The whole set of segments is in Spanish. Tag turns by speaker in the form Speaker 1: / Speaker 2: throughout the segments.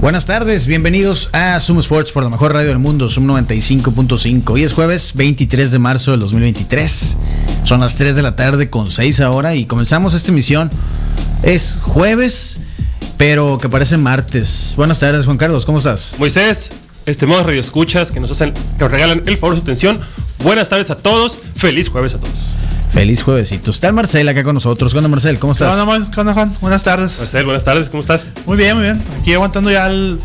Speaker 1: Buenas tardes, bienvenidos a Zoom Sports por la mejor radio del mundo, Zoom 95.5. Hoy es jueves 23 de marzo del 2023. Son las 3 de la tarde con 6 ahora y comenzamos esta emisión. Es jueves, pero que parece martes. Buenas tardes, Juan Carlos, ¿cómo estás?
Speaker 2: Moisés, este estimados radioescuchas que nos hacen, que nos regalan el favor de su atención. Buenas tardes a todos, feliz jueves a todos.
Speaker 1: Feliz juevesito. Está el Marcel acá con nosotros. ¿Qué onda, Marcel? ¿Cómo
Speaker 3: ¿Qué
Speaker 1: estás?
Speaker 3: onda, Mol? ¿Qué onda, Juan? Buenas tardes.
Speaker 2: Marcel, buenas tardes, ¿cómo estás?
Speaker 3: Muy bien, muy bien. Aquí aguantando ya el-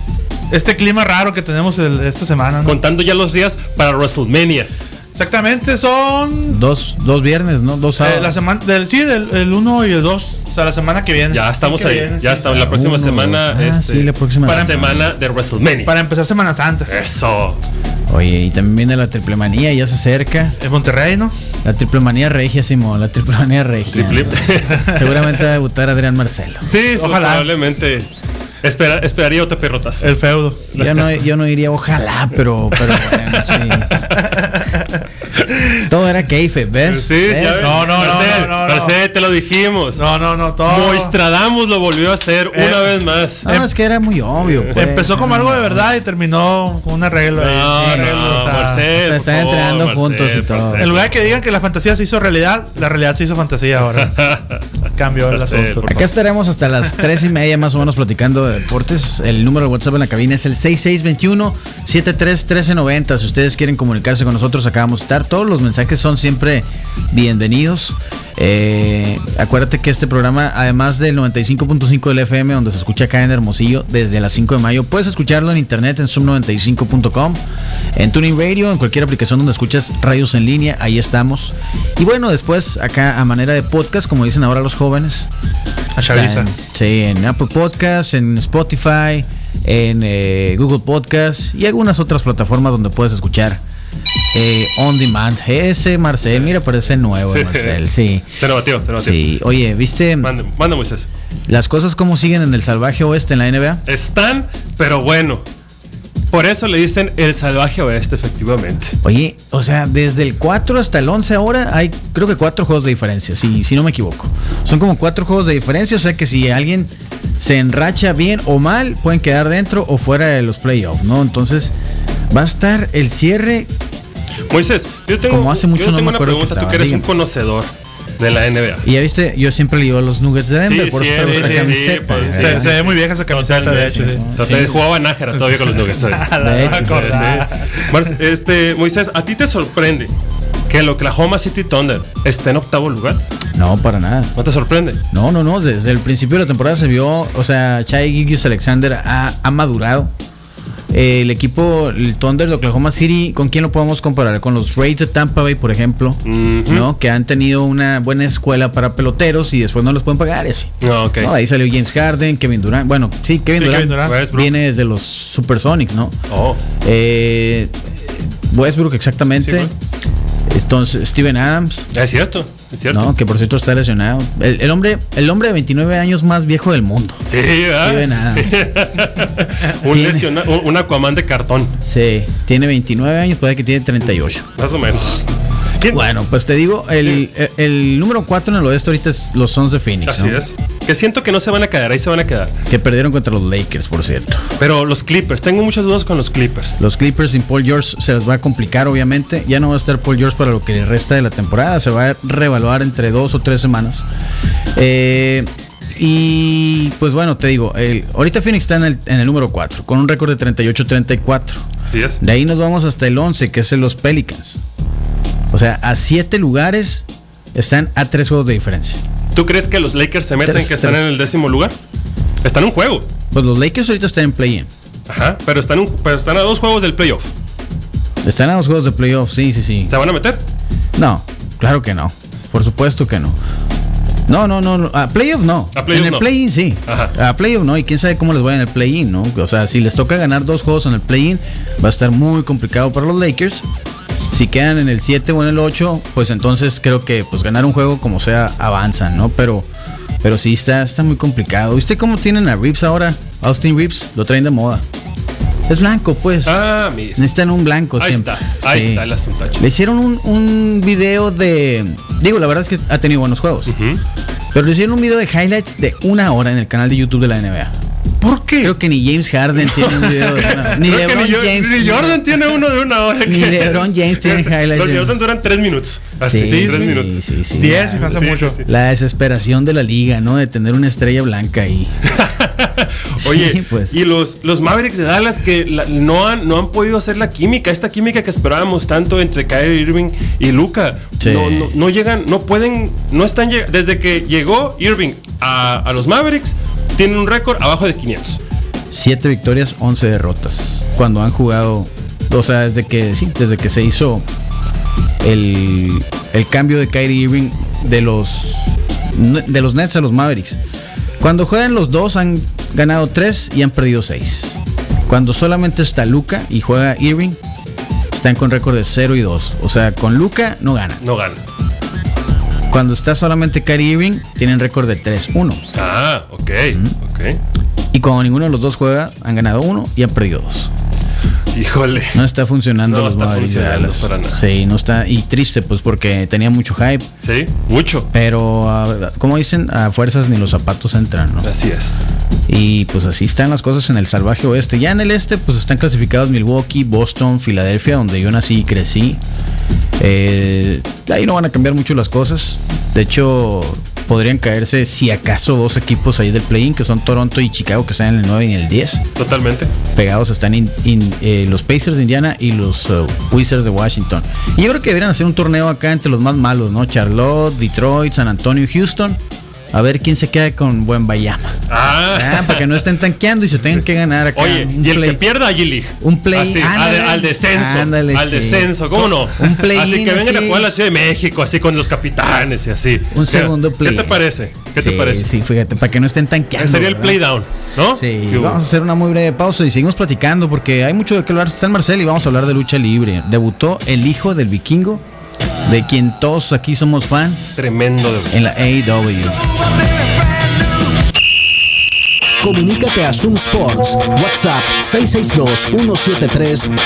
Speaker 3: este clima raro que tenemos el- esta semana. ¿no?
Speaker 2: Contando ya los días para WrestleMania.
Speaker 3: Exactamente, son
Speaker 1: Dos, dos viernes, ¿no? Dos
Speaker 3: eh, la
Speaker 1: sábados.
Speaker 3: semana del sí, del- el 1 y el 2, o sea, la semana que viene.
Speaker 2: Ya estamos
Speaker 3: Que
Speaker 2: ahí,
Speaker 3: viene,
Speaker 2: ya
Speaker 3: sí. Uh.
Speaker 2: estamos. La próxima
Speaker 1: Uno,
Speaker 2: semana. este,
Speaker 1: dos. Ah, sí, la próxima
Speaker 2: para
Speaker 1: semana.
Speaker 2: semana de WrestleMania.
Speaker 3: Para empezar Semana Santa.
Speaker 2: Eso.
Speaker 1: Oye, y también viene la triplemanía, ya se acerca.
Speaker 3: En Monterrey, ¿no?
Speaker 1: La triplemanía regia, Simón, la triplemanía regia.
Speaker 2: Triple.
Speaker 1: Seguramente va a debutar Adrián Marcelo.
Speaker 3: Ah. Sí,
Speaker 2: Ojalá.
Speaker 3: ojalá. Eh,
Speaker 2: Probablemente. espera- esperaría otra perrotazo.
Speaker 3: El feudo.
Speaker 1: Yo no, yo no iría, ojalá, pero, pero bueno, sí. Todo era keife, ¿ves?
Speaker 2: Sí,
Speaker 1: ¿Ves?
Speaker 2: ya ves.
Speaker 3: ¿eh? No, no, no,
Speaker 2: Marcel,
Speaker 3: no, no, no.
Speaker 2: Marcel, te lo dijimos.
Speaker 3: No, no, no, todo.
Speaker 2: Moistradamus lo volvió a hacer
Speaker 3: Eh,
Speaker 2: una vez más.
Speaker 1: No, es que era muy obvio. pues.
Speaker 3: Empezó como algo de verdad y terminó con un arreglo. ahí,
Speaker 2: No,
Speaker 3: sí,
Speaker 2: no,
Speaker 3: arreglo, o sea,
Speaker 2: Marcel.
Speaker 1: se
Speaker 2: por
Speaker 1: están
Speaker 2: favor,
Speaker 1: entrenando
Speaker 2: Marcel,
Speaker 1: juntos y todo.
Speaker 2: Marcel.
Speaker 3: En lugar de que digan que la fantasía se hizo realidad, la realidad se hizo fantasía ahora. Cambió el
Speaker 2: Marcel,
Speaker 3: asunto.
Speaker 2: por
Speaker 1: Acá estaremos hasta las tres y media más o menos platicando de deportes. El número de WhatsApp en la cabina es el 6621-731390. Si ustedes quieren comunicarse con nosotros, acá vamos a estar. Todos los mensajes son siempre bienvenidos. Eh, acuérdate que este programa, además del 95.5 del FM, donde se escucha acá en Hermosillo desde las 5 de mayo, puedes escucharlo en internet en zoom95.com, en Tuning Radio, en cualquier aplicación donde escuchas radios en línea. Ahí estamos. Y bueno, después acá a manera de podcast, como dicen ahora los jóvenes,
Speaker 3: A Chavisa.
Speaker 1: Está en- sí, en Apple Podcasts, en Spotify, en eh, Google Podcasts y algunas otras plataformas donde puedes escuchar eh, on demand. Ese Marcel, mira, parece nuevo,
Speaker 2: Sí.
Speaker 1: Marcel. Sí.
Speaker 2: Se lo batió, se lo batió.
Speaker 1: Sí. Oye, ¿viste
Speaker 2: Manda, manda, Moisés.
Speaker 1: las cosas como siguen en el salvaje oeste en la NBA?
Speaker 2: Están, pero bueno. Por eso le dicen el salvaje oeste, efectivamente.
Speaker 1: Oye, o sea, desde el 4 hasta el 11 ahora hay creo que cuatro juegos de diferencia, si, si no me equivoco. Son como cuatro juegos de diferencia, o sea que si alguien se enracha bien o mal, pueden quedar dentro o fuera de los playoffs, ¿no? Entonces va a estar el cierre.
Speaker 2: Moisés, yo tengo,
Speaker 1: Como hace mucho
Speaker 2: yo
Speaker 1: no
Speaker 2: tengo
Speaker 1: me
Speaker 2: una
Speaker 1: acuerdo que
Speaker 2: pregunta. Tú
Speaker 1: estaba,
Speaker 2: que eres
Speaker 1: dígame.
Speaker 2: un conocedor de la NBA.
Speaker 1: Y ya viste, yo siempre le iba a los Nuggets de Denver,
Speaker 2: Sí,
Speaker 1: por
Speaker 2: sí,
Speaker 1: eso traigo
Speaker 2: sí,
Speaker 1: esta
Speaker 2: sí,
Speaker 1: camiseta. ¿eh?
Speaker 2: pues,
Speaker 3: Se,
Speaker 1: ¿verdad?
Speaker 3: se ve muy vieja esa camiseta, de hecho. sí.
Speaker 2: Traté- Jugaba Nájera todavía con los Nuggets. ¿sabes?
Speaker 3: La
Speaker 1: hecho,
Speaker 3: otra
Speaker 2: Sí,
Speaker 3: cosa.
Speaker 2: sí. Marce- este, Moisés, ¿a ti te sorprende que el Oklahoma City Thunder esté en octavo lugar?
Speaker 1: No, para nada.
Speaker 2: ¿No te sorprende?
Speaker 1: No, no, no. Desde el principio de la temporada se vio, o sea, Chai Gilgis Alexander ha, ha madurado. Eh, el equipo, el Thunder de Oklahoma City, ¿con quién lo podemos comparar? Con los Rays de Tampa Bay, por ejemplo,
Speaker 2: Ujú.
Speaker 1: ¿no? Que han tenido una buena escuela para peloteros y después no los pueden pagar, y así.
Speaker 2: No, ok.
Speaker 1: No, eh. ahí salió James Harden, Kevin Durant. Bueno, sí, Kevin
Speaker 3: Sí,
Speaker 1: Durant,
Speaker 3: Kevin Durant.
Speaker 2: Westbrook.
Speaker 1: viene desde los Supersonics, ¿no?
Speaker 2: Oh,
Speaker 1: Eh, Westbrook, exactamente.
Speaker 2: Sí,
Speaker 1: Entonces, Steven Adams.
Speaker 2: es cierto, es cierto.
Speaker 1: No, que por cierto está lesionado. El, el hombre, el hombre de 29 años más viejo del mundo.
Speaker 2: Sí, ¿verdad?
Speaker 1: Steven Adams.
Speaker 2: Sí. un,
Speaker 1: Sí.
Speaker 2: lesiona- un, un Aquaman de cartón,
Speaker 1: Sí, tiene 29 años, puede que tiene 38.
Speaker 2: más o menos. ¿Quién?
Speaker 1: Bueno, pues te digo, el, el- el número 4 en el oeste ahorita es los Suns de Phoenix.
Speaker 2: Así
Speaker 1: Ah, ¿no?
Speaker 2: es. Que siento que no se van a quedar, ahí se van a quedar.
Speaker 1: Que perdieron contra los Lakers, por cierto.
Speaker 2: Pero los Clippers, tengo muchas dudas con los Clippers.
Speaker 1: Los Clippers sin Paul George se les va a complicar, obviamente. Ya no va a estar Paul George para lo que le resta de la temporada. Se va a reevaluar entre dos o tres semanas. Eh, y pues bueno, te digo, el- ahorita Phoenix está en el, en el número 4, con un récord de 38-34.
Speaker 2: Así es.
Speaker 1: De ahí nos vamos hasta el 11, que es el los Pelicans. O sea, a siete lugares están a tres juegos de diferencia.
Speaker 2: ¿Tú crees que los Lakers se meten
Speaker 1: Tres,
Speaker 2: que están
Speaker 1: tres.
Speaker 2: en el décimo lugar? Están en un juego.
Speaker 1: Pues los Lakers ahorita están en play-in.
Speaker 2: Ajá. Pero están, un- pero están a dos juegos del playoff.
Speaker 1: Están a dos juegos de playoffs, sí, sí, sí.
Speaker 2: ¿Se van a meter?
Speaker 1: No, claro que no. Por supuesto que no. No, no, no, no. a playoff no.
Speaker 2: A playoff
Speaker 1: en el
Speaker 2: no.
Speaker 1: play-in sí.
Speaker 2: Ajá.
Speaker 1: A playoff no. Y quién sabe cómo les va en el play-in, ¿no? O sea, si les toca ganar dos juegos en el play-in, va a estar muy complicado para los Lakers. Si quedan en el 7 o en el 8, pues entonces creo que pues ganar un juego como sea avanzan, ¿no? Pero Pero sí, está, está muy complicado. ¿Viste cómo tienen a Reeves ahora? Austin Reeves, lo traen de moda. Es blanco, pues.
Speaker 2: Ah, mira.
Speaker 1: Necesitan un blanco
Speaker 2: Ahí
Speaker 1: siempre.
Speaker 2: está, ahí está el asunto.
Speaker 1: Le hicieron un, un video de. Digo, la verdad es que ha tenido buenos juegos.
Speaker 2: Ujú.
Speaker 1: Pero le hicieron un video de highlights de una hora en el canal de YouTube de la NBA.
Speaker 3: ¿Por qué?
Speaker 1: Creo que ni James Harden tiene un video de una hora. Ni
Speaker 2: Creo que
Speaker 1: LeBron
Speaker 2: yo-
Speaker 1: James.
Speaker 2: ni Jordan tiene uno de una hora.
Speaker 1: Ni
Speaker 2: que-
Speaker 1: LeBron James tiene highlights
Speaker 2: Los
Speaker 1: de-
Speaker 2: Jordan duran tres minutos. Así,
Speaker 1: Sí,
Speaker 2: tres
Speaker 1: sí,
Speaker 2: minutos.
Speaker 1: sí, sí.
Speaker 3: 10 y pasa
Speaker 2: Sí,
Speaker 3: mucho.
Speaker 2: sí, sí.
Speaker 1: La desesperación de la liga, ¿no? De tener una estrella blanca ahí.
Speaker 2: Oye,
Speaker 1: Sí, pues.
Speaker 2: y los, los Mavericks de Dallas que la- no, han, no han podido hacer la química, esta química que esperábamos tanto entre Kyrie Irving y Luca.
Speaker 1: Sí.
Speaker 2: No, no, no llegan, no pueden, no están lleg- Desde que llegó Irving a, a los Mavericks, tienen un récord abajo de 500.
Speaker 1: Siete victorias, 11 derrotas. Cuando han jugado. O sea, desde que. Sí, desde que se hizo el, el cambio de Kyrie Irving de los. De los Nets a los Mavericks. Cuando juegan los dos han ganado tres y han perdido seis. Cuando solamente está Luca y juega Irving, están con récord de 0 y 2. O sea, con Luca no ganan.
Speaker 2: No ganan.
Speaker 1: Cuando está solamente Kyrie Irving, tienen récord de 3-1.
Speaker 2: Ah, ok,
Speaker 1: Mm.
Speaker 2: ok.
Speaker 1: Y cuando ninguno de los dos juega, han ganado uno y han perdido dos.
Speaker 2: Híjole.
Speaker 1: No está funcionando
Speaker 2: No
Speaker 1: los
Speaker 2: está
Speaker 1: Mavericks de
Speaker 2: funcionando
Speaker 1: Dallas.
Speaker 2: para nada.
Speaker 1: Sí, no está. Y triste, pues porque tenía mucho hype.
Speaker 2: Sí, mucho.
Speaker 1: Pero, ah, como dicen, a fuerzas ni los zapatos entran, ¿no?
Speaker 2: Así es.
Speaker 1: Y pues así están las cosas en el salvaje oeste. Ya en el este, pues están clasificados Milwaukee, Boston, Filadelfia, donde yo nací y crecí. Eh, ahí no van a cambiar mucho las cosas. De hecho, podrían caerse, si acaso, dos equipos ahí del play-in, que son Toronto y Chicago, que están en el 9 y en el 10.
Speaker 2: Totalmente.
Speaker 1: Pegados están in- in- eh, los Pacers de Indiana y los eh, Wizards de Washington. Y yo creo que deberían hacer un torneo acá entre los más malos, ¿no? Charlotte, Detroit, San Antonio, Houston. A ver quién se queda con Buen Bayama. Ah, para que no estén tanqueando y se tengan que ganar acá.
Speaker 2: Oye,
Speaker 1: Ah, un
Speaker 2: y el
Speaker 1: play-
Speaker 2: que pierda a G-League.
Speaker 1: un play-
Speaker 2: Así,
Speaker 1: ándale.
Speaker 2: al, al descenso.
Speaker 1: Ándale,
Speaker 2: al
Speaker 1: sí.
Speaker 2: descenso, ¿cómo no?
Speaker 1: Un play-in,
Speaker 2: Así que vengan
Speaker 1: así.
Speaker 2: a jugar a la Ciudad de México, así con los capitanes y así.
Speaker 1: Un
Speaker 2: O sea,
Speaker 1: segundo play.
Speaker 2: ¿Qué te parece? ¿Qué
Speaker 1: Sí,
Speaker 2: te parece? Eh,
Speaker 1: Sí, fíjate, para que no estén tanqueando.
Speaker 2: Sería el
Speaker 1: ¿verdad?
Speaker 2: play down, ¿no?
Speaker 1: Sí,
Speaker 2: Que hubo.
Speaker 1: vamos a hacer una muy breve pausa y seguimos platicando porque hay mucho de qué hablar. San Marcelo y vamos a hablar de lucha libre. Debutó el hijo del vikingo, de quien todos aquí somos fans,
Speaker 2: Tremendo de
Speaker 1: en la E AEW.
Speaker 4: Comunícate a Zoom Sports. WhatsApp 662-173-1390.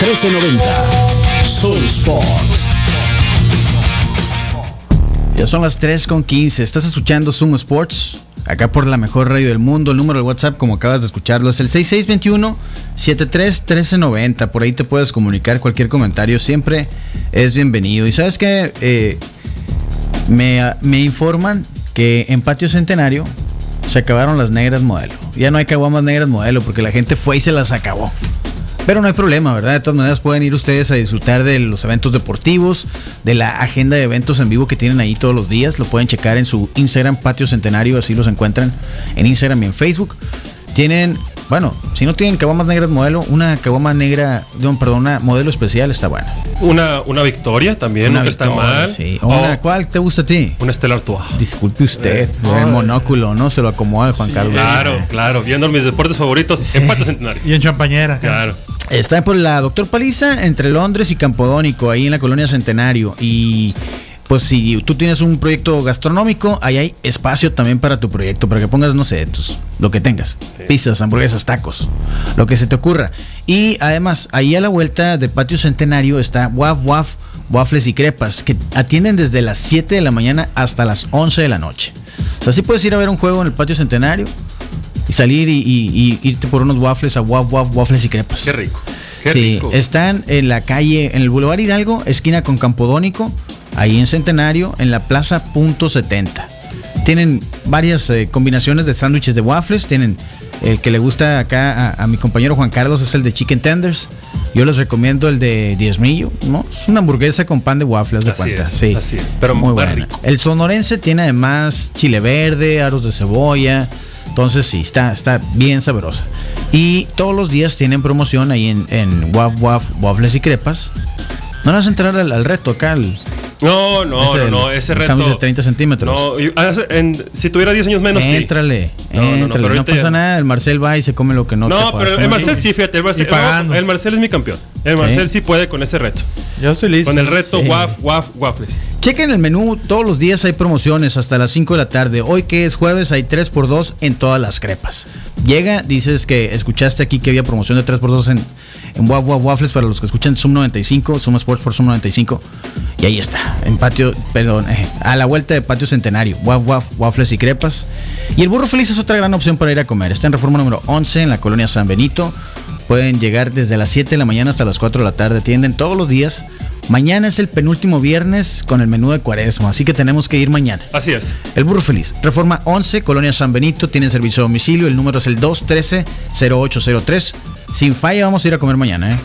Speaker 4: Zoom Sports.
Speaker 1: Ya son las 3 con 15. Estás escuchando Zoom Sports. Acá por la mejor radio del mundo. El número de WhatsApp, como acabas de escucharlo, es el 6621-731390. Por ahí te puedes comunicar. Cualquier comentario siempre es bienvenido. Y sabes que me, me informan que en Patio Centenario se acabaron las negras modelo. Ya no hay caguamas negras modelo porque la gente fue y se las acabó. Pero no hay problema, ¿verdad? De todas maneras pueden ir ustedes a disfrutar de los eventos deportivos, de la agenda de eventos en vivo que tienen ahí todos los días. Lo pueden checar en su Instagram, Patio Centenario, así los encuentran en Instagram y en Facebook. Tienen, bueno, si no tienen caguamas negras modelo, una caguama negra, no, perdón, una modelo especial está buena.
Speaker 2: Una, una victoria también,
Speaker 1: Una
Speaker 2: no que está
Speaker 1: Victoria,
Speaker 2: mal. Oh.
Speaker 1: sí. O
Speaker 2: O
Speaker 1: una- ¿Cuál te gusta a ti?
Speaker 2: una Estela Artois.
Speaker 1: Disculpe usted, el monóculo, ¿no? Se lo acomoda Juan Carlos.
Speaker 2: Eh, Claro, claro. Viendo mis deportes favoritos,
Speaker 1: Sí.
Speaker 2: empate centenario.
Speaker 3: Y en champañera.
Speaker 2: Claro.
Speaker 1: Está por la Doctor Paliza entre Londres y Campodónico, ahí en la colonia Centenario. Y pues si tú tienes un proyecto gastronómico, ahí hay espacio también para tu proyecto, para que pongas, no sé, tus- lo que tengas. Pizzas, hamburguesas, tacos, lo que se te ocurra. Y además, ahí a la vuelta de Patio Centenario está Waf Waf, Waffles y Crepas, que atienden desde las 7 de la mañana hasta las 11 de la noche. O sea, sí puedes ir a ver un juego en el Patio Centenario. Y salir y, y- y irte por unos waffles a Waf Waf, waffles y crepas.
Speaker 2: Qué rico. Qué
Speaker 1: Sí,
Speaker 2: rico.
Speaker 1: están en la calle, en el Boulevard Hidalgo, esquina con Campodónico, ahí en Centenario, en la Plaza Punto 70. Tienen varias eh, combinaciones de sándwiches de waffles, tienen el que le gusta acá a, a mi compañero Juan Carlos es el de Chicken Tenders. Yo les recomiendo el de diezmillo, ¿no? Es una hamburguesa con pan de waffles de
Speaker 2: Así
Speaker 1: cuenta.
Speaker 2: es,
Speaker 1: sí.
Speaker 2: así es, pero más
Speaker 1: buena.
Speaker 2: rico.
Speaker 1: El sonorense tiene además chile verde, aros de cebolla. Entonces sí, está, está bien sabrosa. Y todos los días tienen promoción ahí en, en Waf Waf, Waffles y Crepas. No nos vas a entrar al, al reto acá, al,
Speaker 2: No, no,
Speaker 1: Ese
Speaker 2: no,
Speaker 1: del-
Speaker 2: no, ese
Speaker 1: el
Speaker 2: reto.
Speaker 1: sándwich de 30 centímetros.
Speaker 2: No, y- ah, en- si tuviera 10 años menos, sí.
Speaker 1: Éntrale,
Speaker 2: No, no, no,
Speaker 1: éntrale,
Speaker 2: pero
Speaker 1: no,
Speaker 2: ahorita ya-
Speaker 1: pasa nada, el Marcel va y se come lo que no te
Speaker 2: No,
Speaker 1: puedas
Speaker 2: pero el
Speaker 1: comer.
Speaker 2: Marcel sí, fíjate, el Marcel,
Speaker 3: Y pagando.
Speaker 2: el Marcel es mi campeón. El
Speaker 1: Sí.
Speaker 2: Marcel sí puede con ese reto.
Speaker 3: Yo estoy listo.
Speaker 2: Con el reto
Speaker 1: Sí.
Speaker 2: waf, waf, waffles.
Speaker 1: Chequen el menú, todos los días hay promociones hasta las 5 de la tarde. Hoy que es jueves hay 3x2 en todas las crepas. Llega, dices que escuchaste aquí que había promoción de 3x2 en, en Waf Waf Waffles para los que escuchan Zoom 95, Zoom Sports por Zoom 95. Y ahí está, en patio, perdón, eh, a la vuelta de Patio Centenario, Waf Waf Waffles y crepas. Y el Burro Feliz es otra gran opción para ir a comer. Está en reforma número 11 en la colonia San Benito. Pueden llegar desde las 7 de la mañana hasta las 4 de la tarde. Atienden todos los días. Mañana es el penúltimo viernes con el menú de cuaresma, así que tenemos que ir mañana.
Speaker 2: Así es.
Speaker 1: El Burro Feliz, Reforma 11, Colonia San Benito, tienen servicio a domicilio, el número es el 213-0803. Sin falla vamos a ir a comer mañana, ¿eh?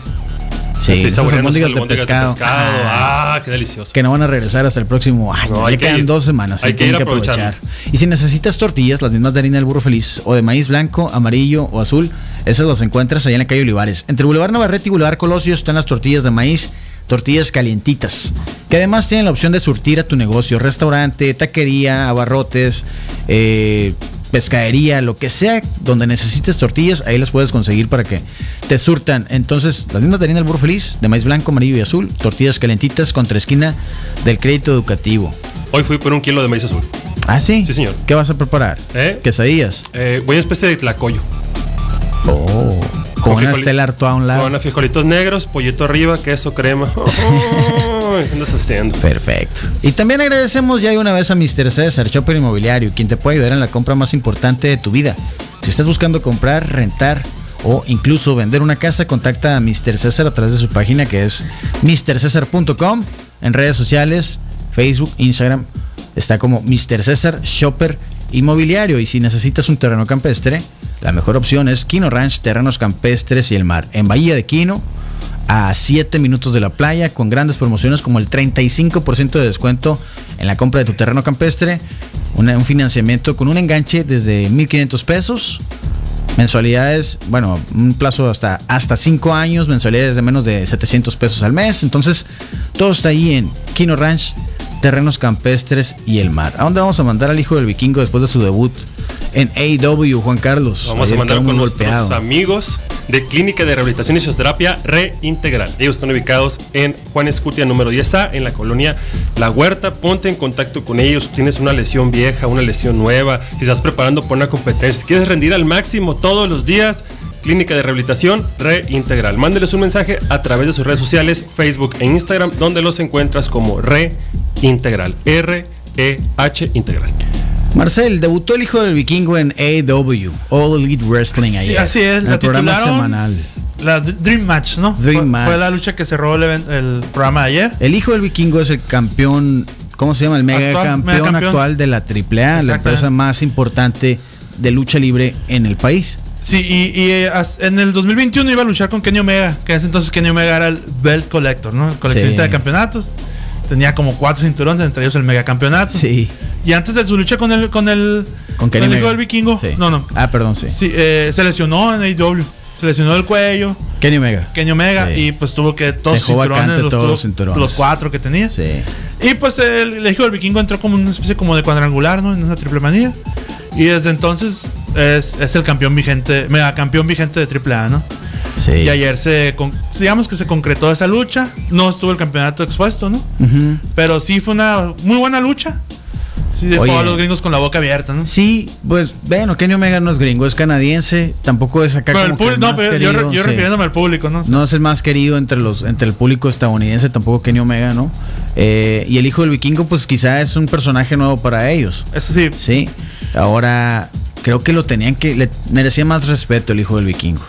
Speaker 1: Sí,
Speaker 2: Estoy
Speaker 1: esas
Speaker 2: saboreando
Speaker 1: albóndigas
Speaker 2: esas
Speaker 1: de
Speaker 2: albóndigas de
Speaker 1: pescado.
Speaker 2: pescado.
Speaker 1: Ah,
Speaker 2: Ah, qué delicioso.
Speaker 1: que no van a regresar hasta el próximo año.
Speaker 2: No, hay
Speaker 1: Le
Speaker 2: que
Speaker 1: quedan
Speaker 2: ir.
Speaker 1: dos semanas.
Speaker 2: Hay
Speaker 1: y
Speaker 2: que
Speaker 1: tienen
Speaker 2: ir aprovechando.
Speaker 1: Y si necesitas tortillas, las mismas de harina del burro feliz, o de maíz blanco, amarillo o azul, esas las encuentras allá en la calle Olivares. Entre Boulevard Navarrete y Boulevard Colosio están las tortillas de maíz, tortillas calientitas, que además tienen la opción de surtir a tu negocio, restaurante, taquería, abarrotes, eh, pescadería, lo que sea, donde necesites tortillas, ahí las puedes conseguir para que te surtan. Entonces, las mismas de harina del burro feliz, de maíz blanco, amarillo y azul, tortillas calentitas contra esquina del crédito educativo.
Speaker 2: Hoy fui por un kilo de maíz azul.
Speaker 1: ¿Ah, sí?
Speaker 2: Sí, señor.
Speaker 1: ¿Qué vas a preparar?
Speaker 2: ¿Eh?
Speaker 1: Quesadillas.
Speaker 2: Eh, voy a especie de tlacoyo.
Speaker 1: Oh. Con una
Speaker 2: frijoli-
Speaker 1: estela artoa a un lado.
Speaker 2: Con unos frijolitos negros, pollito arriba, queso, crema. Oh, ¿Qué andas haciendo?
Speaker 1: Perfecto. Y también agradecemos ya de una vez a Mr. César, Chopper Inmobiliario, quien te puede ayudar en la compra más importante de tu vida. Si estás buscando comprar, rentar o incluso vender una casa, contacta a Mr. César a través de su página que es mrcesar.com en redes sociales, Facebook, Instagram. Está como Mr. César Shopper Inmobiliario. Y si necesitas un terreno campestre, la mejor opción es Quino Ranch, Terrenos Campestres y el Mar. En Bahía de Quino, a 7 minutos de la playa con grandes promociones como el 35% de descuento en la compra de tu terreno campestre, una- un financiamiento con un enganche desde 1.500 pesos, mensualidades, bueno, un plazo hasta hasta 5 años, mensualidades de menos de 700 pesos al mes, entonces todo está ahí en Kino Ranch, terrenos campestres y el mar. ¿A dónde vamos a mandar al hijo del vikingo después de su debut en AEW, Juan Carlos?
Speaker 2: Vamos a
Speaker 1: Ayer
Speaker 2: mandar
Speaker 1: quedó
Speaker 2: con
Speaker 1: muy
Speaker 2: nuestros amigos de Clínica de Rehabilitación y Fisioterapia Reintegral. Ellos están ubicados en Juan Escutia número 10A, en la colonia La Huerta. Ponte en contacto con ellos. Tienes una lesión vieja, una lesión nueva, si estás preparando por una competencia, si quieres rendir al máximo todos los días. Clínica de Rehabilitación Reintegral. Mándeles un mensaje a través de sus redes sociales, Facebook e Instagram, donde los encuentras como Reintegral. R-E-H Integral.
Speaker 1: Marcel, debutó el hijo del vikingo en AW, All Elite Wrestling
Speaker 3: Sí,
Speaker 1: ayer.
Speaker 3: así es,
Speaker 1: en
Speaker 3: la
Speaker 1: el programa
Speaker 3: titularon
Speaker 1: semanal.
Speaker 3: La D- Dream Match, ¿no?
Speaker 1: Dream
Speaker 3: fue,
Speaker 1: Match.
Speaker 3: fue la lucha que cerró el, event- el programa de ayer.
Speaker 1: El hijo del vikingo es el campeón, ¿cómo se llama? El mega
Speaker 3: Actual,
Speaker 1: campeón,
Speaker 3: megacampeón.
Speaker 1: actual de la AAA, la
Speaker 3: Exactamente.
Speaker 1: empresa más importante de lucha libre en el país.
Speaker 3: Sí, y, y, eh, as- en el 2021 iba a luchar con Kenny Omega, que en ese entonces Kenny Omega era el Belt Collector, ¿no? El coleccionista
Speaker 1: Sí.
Speaker 3: de campeonatos. Tenía como cuatro cinturones, entre ellos el mega campeonato.
Speaker 1: Sí.
Speaker 3: Y antes de su lucha con el con el
Speaker 1: Con Kenny
Speaker 3: el hijo
Speaker 1: Omega.
Speaker 3: del vikingo,
Speaker 1: Sí.
Speaker 3: no, no.
Speaker 1: Ah, perdón, sí.
Speaker 3: Sí, eh, se lesionó en AEW, se lesionó el cuello,
Speaker 1: Kenny Omega.
Speaker 3: Kenny Omega
Speaker 1: Sí.
Speaker 3: y pues tuvo que todos los
Speaker 1: Dejó
Speaker 3: cinturones,
Speaker 1: vacante
Speaker 3: los,
Speaker 1: todos
Speaker 3: tuvo-
Speaker 1: los cinturones.
Speaker 3: los cuatro que tenía.
Speaker 1: Sí.
Speaker 3: Y pues el, el hijo del vikingo entró como una especie como de cuadrangular, ¿no? En una triple manía. Y desde entonces es, es el campeón vigente, mega campeón vigente de triple A, ¿no?
Speaker 1: Sí.
Speaker 3: Y ayer se, con- digamos que se concretó esa lucha. No estuvo el campeonato expuesto, ¿no?
Speaker 1: Ujú.
Speaker 3: Pero sí fue una muy buena lucha. Sí, dejó
Speaker 1: Oye.
Speaker 3: a los gringos con la boca abierta, ¿no?
Speaker 1: Sí, pues bueno, Kenny Omega no es gringo, es canadiense, tampoco es acá
Speaker 3: Pero el
Speaker 1: como que
Speaker 3: público,
Speaker 1: el
Speaker 3: no,
Speaker 1: más
Speaker 3: pero yo,
Speaker 1: querido,
Speaker 3: re- yo
Speaker 1: sí.
Speaker 3: refiriéndome al público, ¿no?
Speaker 1: No es el más querido entre los entre el público estadounidense, tampoco Kenny Omega, ¿no? Eh, y el hijo del vikingo, pues quizá es un personaje nuevo para ellos,
Speaker 3: Eso sí,
Speaker 1: ¿sí? Ahora, creo que lo tenían que. Le merecía más respeto el hijo del vikingo.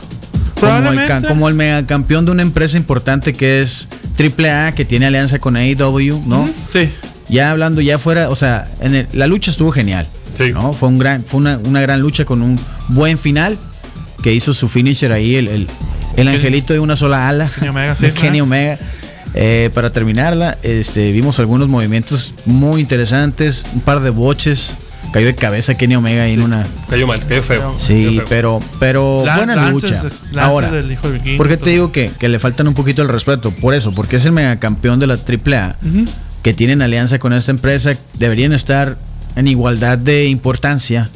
Speaker 1: Como el, ca-
Speaker 3: Probablemente.
Speaker 1: como el megacampeón de una empresa importante que es AAA, que tiene alianza con AEW, ¿no?
Speaker 3: sí.
Speaker 1: Ya hablando ya fuera, o sea, en el- la lucha estuvo genial.
Speaker 2: Sí.
Speaker 1: ¿no? Fue, un gran, fue una, una gran lucha con un buen final que hizo su finisher ahí, el, el, el angelito de una sola ala.
Speaker 3: Kenny Omega, sí,
Speaker 1: Kenny
Speaker 3: ajá.
Speaker 1: Omega. Eh, para terminarla, este, vimos algunos movimientos muy interesantes, un par de boches. Cayó de cabeza Kenny Omega ahí en una.
Speaker 2: Cayó mal, cayó feo.
Speaker 3: Cayó
Speaker 1: Sí,
Speaker 2: Cayó feo.
Speaker 1: pero, pero
Speaker 3: Lan-
Speaker 1: buena
Speaker 3: lances,
Speaker 1: lucha.
Speaker 3: ex- lances
Speaker 1: Ahora,
Speaker 3: del hijo del vikingo,
Speaker 1: ¿por qué te
Speaker 3: todo.
Speaker 1: digo que, que le faltan un poquito el respeto? Por eso, porque es el megacampeón de la AAA.
Speaker 3: Ujú.
Speaker 1: que tienen alianza con esta empresa deberían estar en igualdad de importancia,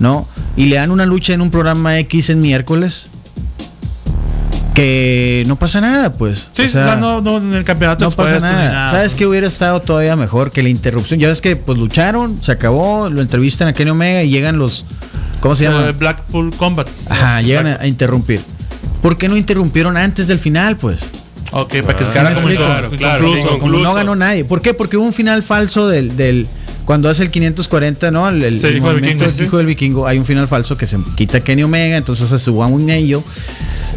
Speaker 1: ¿no? Y le dan una lucha en un programa X en miércoles que no pasa nada, pues.
Speaker 3: Sí,
Speaker 1: O sea,
Speaker 3: o sea, no, no, en el campeonato
Speaker 1: no pasa
Speaker 3: expuesto ni
Speaker 1: nada. ¿Sabes
Speaker 3: ¿no?
Speaker 1: qué hubiera estado todavía mejor que la interrupción? Ya ves que pues lucharon, se acabó, lo entrevistan a Kenny Omega y llegan los ¿cómo se
Speaker 3: Lo de
Speaker 1: llama?
Speaker 3: Blackpool Combat.
Speaker 1: Ajá, llegan a,
Speaker 3: Exacto.
Speaker 1: a interrumpir. ¿Por qué no interrumpieron antes del final, pues?
Speaker 3: Ok, para que
Speaker 2: Ah,
Speaker 3: se haga
Speaker 1: sí,
Speaker 3: como
Speaker 2: claro,
Speaker 3: inconcluso.
Speaker 2: claro,
Speaker 3: Inconcluso.
Speaker 1: Como no
Speaker 2: Incluso-
Speaker 1: ganó nadie. ¿Por qué? Porque hubo un final falso del, del cuando hace el 540, ¿no? El, el-
Speaker 3: Sí,
Speaker 1: el
Speaker 3: hijo del
Speaker 1: movimiento
Speaker 3: vikingo, sí.
Speaker 1: hijo del vikingo, hay un final falso que se quita Kenny Omega, entonces se suba un ello.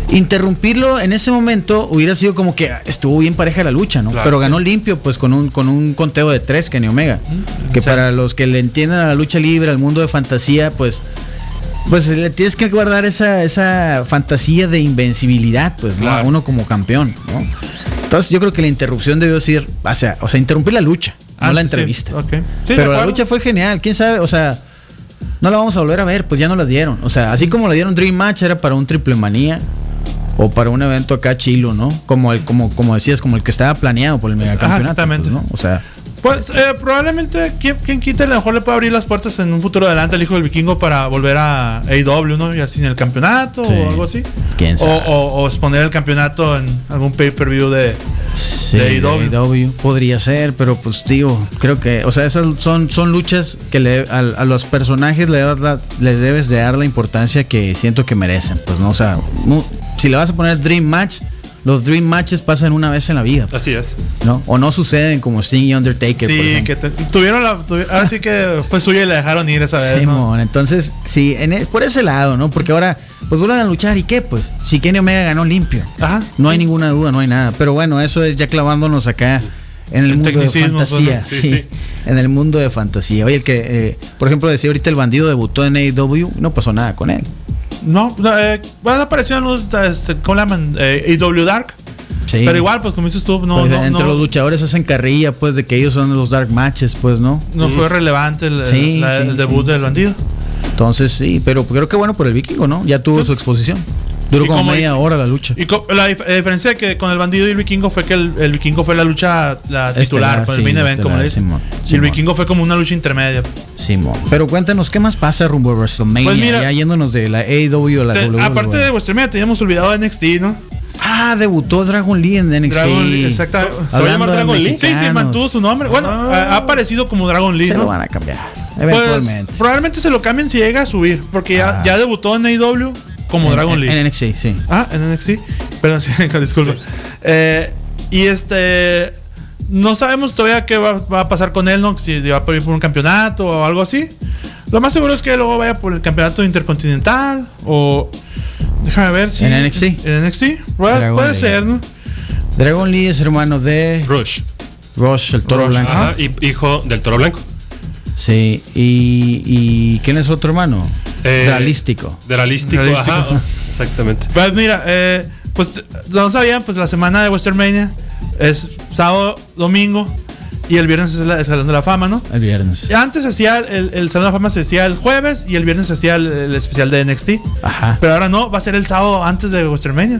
Speaker 1: Interrumpirlo en ese momento hubiera sido como que estuvo bien pareja la lucha, ¿no?
Speaker 2: Claro,
Speaker 1: Pero
Speaker 2: sí.
Speaker 1: ganó limpio, pues con un con un conteo de tres Kenny Omega. Que
Speaker 3: sí.
Speaker 1: para los que le entiendan a la lucha libre, al mundo de fantasía, pues pues le tienes que guardar esa, esa fantasía de invencibilidad, pues, ¿no?
Speaker 2: Claro.
Speaker 1: A uno como campeón, ¿no? Entonces yo creo que la interrupción debió ser, o sea, o sea interrumpir la lucha, no
Speaker 3: Antes,
Speaker 1: la
Speaker 3: Ah, sí.
Speaker 1: entrevista.
Speaker 3: Ok. Sí, de
Speaker 1: Pero la
Speaker 3: acuerdo.
Speaker 1: lucha fue genial, quién sabe, o sea, no la vamos a volver a ver, pues ya no la dieron. O sea, así como la dieron Dream Match era para un triple manía o para un evento acá chilo, ¿no? Como el, como, como decías, como el que estaba planeado por el
Speaker 3: Ajá,
Speaker 1: megacampeonato.
Speaker 3: exactamente.
Speaker 1: pues, ¿no? O sea,
Speaker 3: Pues eh, probablemente quien, quien quita a lo mejor le puede abrir las puertas en un futuro adelante al hijo del vikingo para volver a AEW, ¿no? Y así en el campeonato
Speaker 1: Sí.
Speaker 3: o algo así.
Speaker 1: ¿Quién
Speaker 3: o,
Speaker 1: sabe?
Speaker 3: o, o exponer el campeonato en algún pay-per-view de...
Speaker 1: Sí,
Speaker 3: de E
Speaker 1: de E
Speaker 3: AEW.
Speaker 1: AEW. Podría ser, pero pues digo, creo que, o sea, esas son, son luchas que le, a, a los personajes le, das la- le debes de dar la importancia que siento que merecen. Pues no, o sea, mu- si le vas a poner Dream Match, los Dream Matches pasan una vez en la vida,
Speaker 2: Así es.
Speaker 1: ¿no? O no suceden como Sting y Undertaker. por
Speaker 3: sí,
Speaker 1: ejemplo.
Speaker 3: que pues te- tuvieron la... tuvi- ahora sí que fue suya y la dejaron ir esa vez, ¿no?
Speaker 1: Simón, entonces, sí, en e- por ese lado, ¿no? Porque ahora, pues vuelven a luchar y qué, pues, si Kenny Omega ganó limpio.
Speaker 3: Ajá.
Speaker 1: No hay ninguna duda, no hay nada. Pero bueno, eso es ya clavándonos acá en el,
Speaker 3: El
Speaker 1: mundo de
Speaker 3: tecnicismo,
Speaker 1: fantasía.
Speaker 3: ¿no? Sí,
Speaker 1: sí,
Speaker 3: sí.
Speaker 1: En el mundo de fantasía. Oye, el que, eh, por ejemplo, decía ahorita el bandido debutó en AEW, no pasó nada con él.
Speaker 3: No, no eh, bueno, aparecieron los... Este, ¿Cómo le llaman? Eh, AEW Dark.
Speaker 1: Sí.
Speaker 3: Pero igual, pues como dices tú, no...
Speaker 1: Pues,
Speaker 3: no,
Speaker 1: entre
Speaker 3: no,
Speaker 1: los luchadores hacen carrilla, pues, de que ellos son los dark matches, pues, ¿no?
Speaker 3: no fue relevante el,
Speaker 1: Sí,
Speaker 3: la-
Speaker 1: sí,
Speaker 3: el
Speaker 1: sí,
Speaker 3: debut del
Speaker 1: sí.
Speaker 3: bandido.
Speaker 1: Entonces, sí, pero creo que bueno por el vikingo, ¿no? Ya tuvo
Speaker 3: Sí.
Speaker 1: su exposición. Duró
Speaker 3: Y
Speaker 1: como
Speaker 3: como-
Speaker 1: media hora la lucha.
Speaker 3: Y co- la, dif- la diferencia que con el bandido y el vikingo fue que el, el vikingo fue la lucha la titular,
Speaker 1: Estelar,
Speaker 3: con
Speaker 1: sí,
Speaker 3: el main event,
Speaker 1: estelar,
Speaker 3: como le dicen.
Speaker 1: Simón,
Speaker 3: y el
Speaker 1: Simón.
Speaker 3: vikingo fue como una lucha intermedia.
Speaker 1: Simón. Pero cuéntanos, ¿qué más pasa rumbo a WrestleMania?
Speaker 3: Pues mira-
Speaker 1: ya yéndonos de la AEW a la
Speaker 3: Te-
Speaker 1: WWE.
Speaker 3: aparte de WrestleMania, teníamos olvidado NXT, ¿no?
Speaker 1: Ah, debutó Dragon Lee en NXT.
Speaker 3: Dragon Lee, exactamente.
Speaker 2: ¿Se va a llamar Dragon Lee?
Speaker 3: Sí, sí, mantuvo su nombre. Bueno, ha- ha aparecido como Dragon Lee,
Speaker 1: Ah. Se lo
Speaker 3: ¿no?
Speaker 1: van a cambiar.
Speaker 3: Pues
Speaker 1: Eventualmente.
Speaker 3: probablemente se lo cambien si llega a subir, porque ya,
Speaker 1: Ah.
Speaker 3: ya debutó en AEW como
Speaker 1: En-
Speaker 3: Dragon
Speaker 1: en,
Speaker 3: Lee.
Speaker 1: En NXT, sí.
Speaker 3: Ah, en NXT. Perdón, sí, disculpa. Eh, y este. No sabemos todavía qué va, va a pasar con él, ¿no? Si va a ir por un campeonato o algo así. Lo más seguro es que luego vaya por el campeonato intercontinental o. Déjame ver si.
Speaker 1: En NXT.
Speaker 3: En NXT. Puede,
Speaker 1: Dragon
Speaker 3: puede
Speaker 1: Lee.
Speaker 3: ser, ¿no?
Speaker 1: Dragon Lee es hermano de
Speaker 2: Rush.
Speaker 1: Rush, el toro
Speaker 3: Rush,
Speaker 1: blanco.
Speaker 2: Ajá, y hijo del toro blanco.
Speaker 1: Sí. Y, y ¿quién es otro hermano?
Speaker 2: Eh,
Speaker 1: Realístico.
Speaker 2: Dralístico,
Speaker 3: Dralístico.
Speaker 2: ajá. Exactamente.
Speaker 3: Pues mira, eh, pues t- no sabían, pues la semana de WrestleMania es sábado, domingo y el viernes es la- el Salón de la Fama, ¿no?
Speaker 1: El viernes.
Speaker 3: Antes se hacía el, el Salón de la Fama se hacía el jueves y el viernes se hacía el, el especial de NXT.
Speaker 1: Ajá.
Speaker 3: Pero ahora no, va a ser el sábado antes de WrestleMania.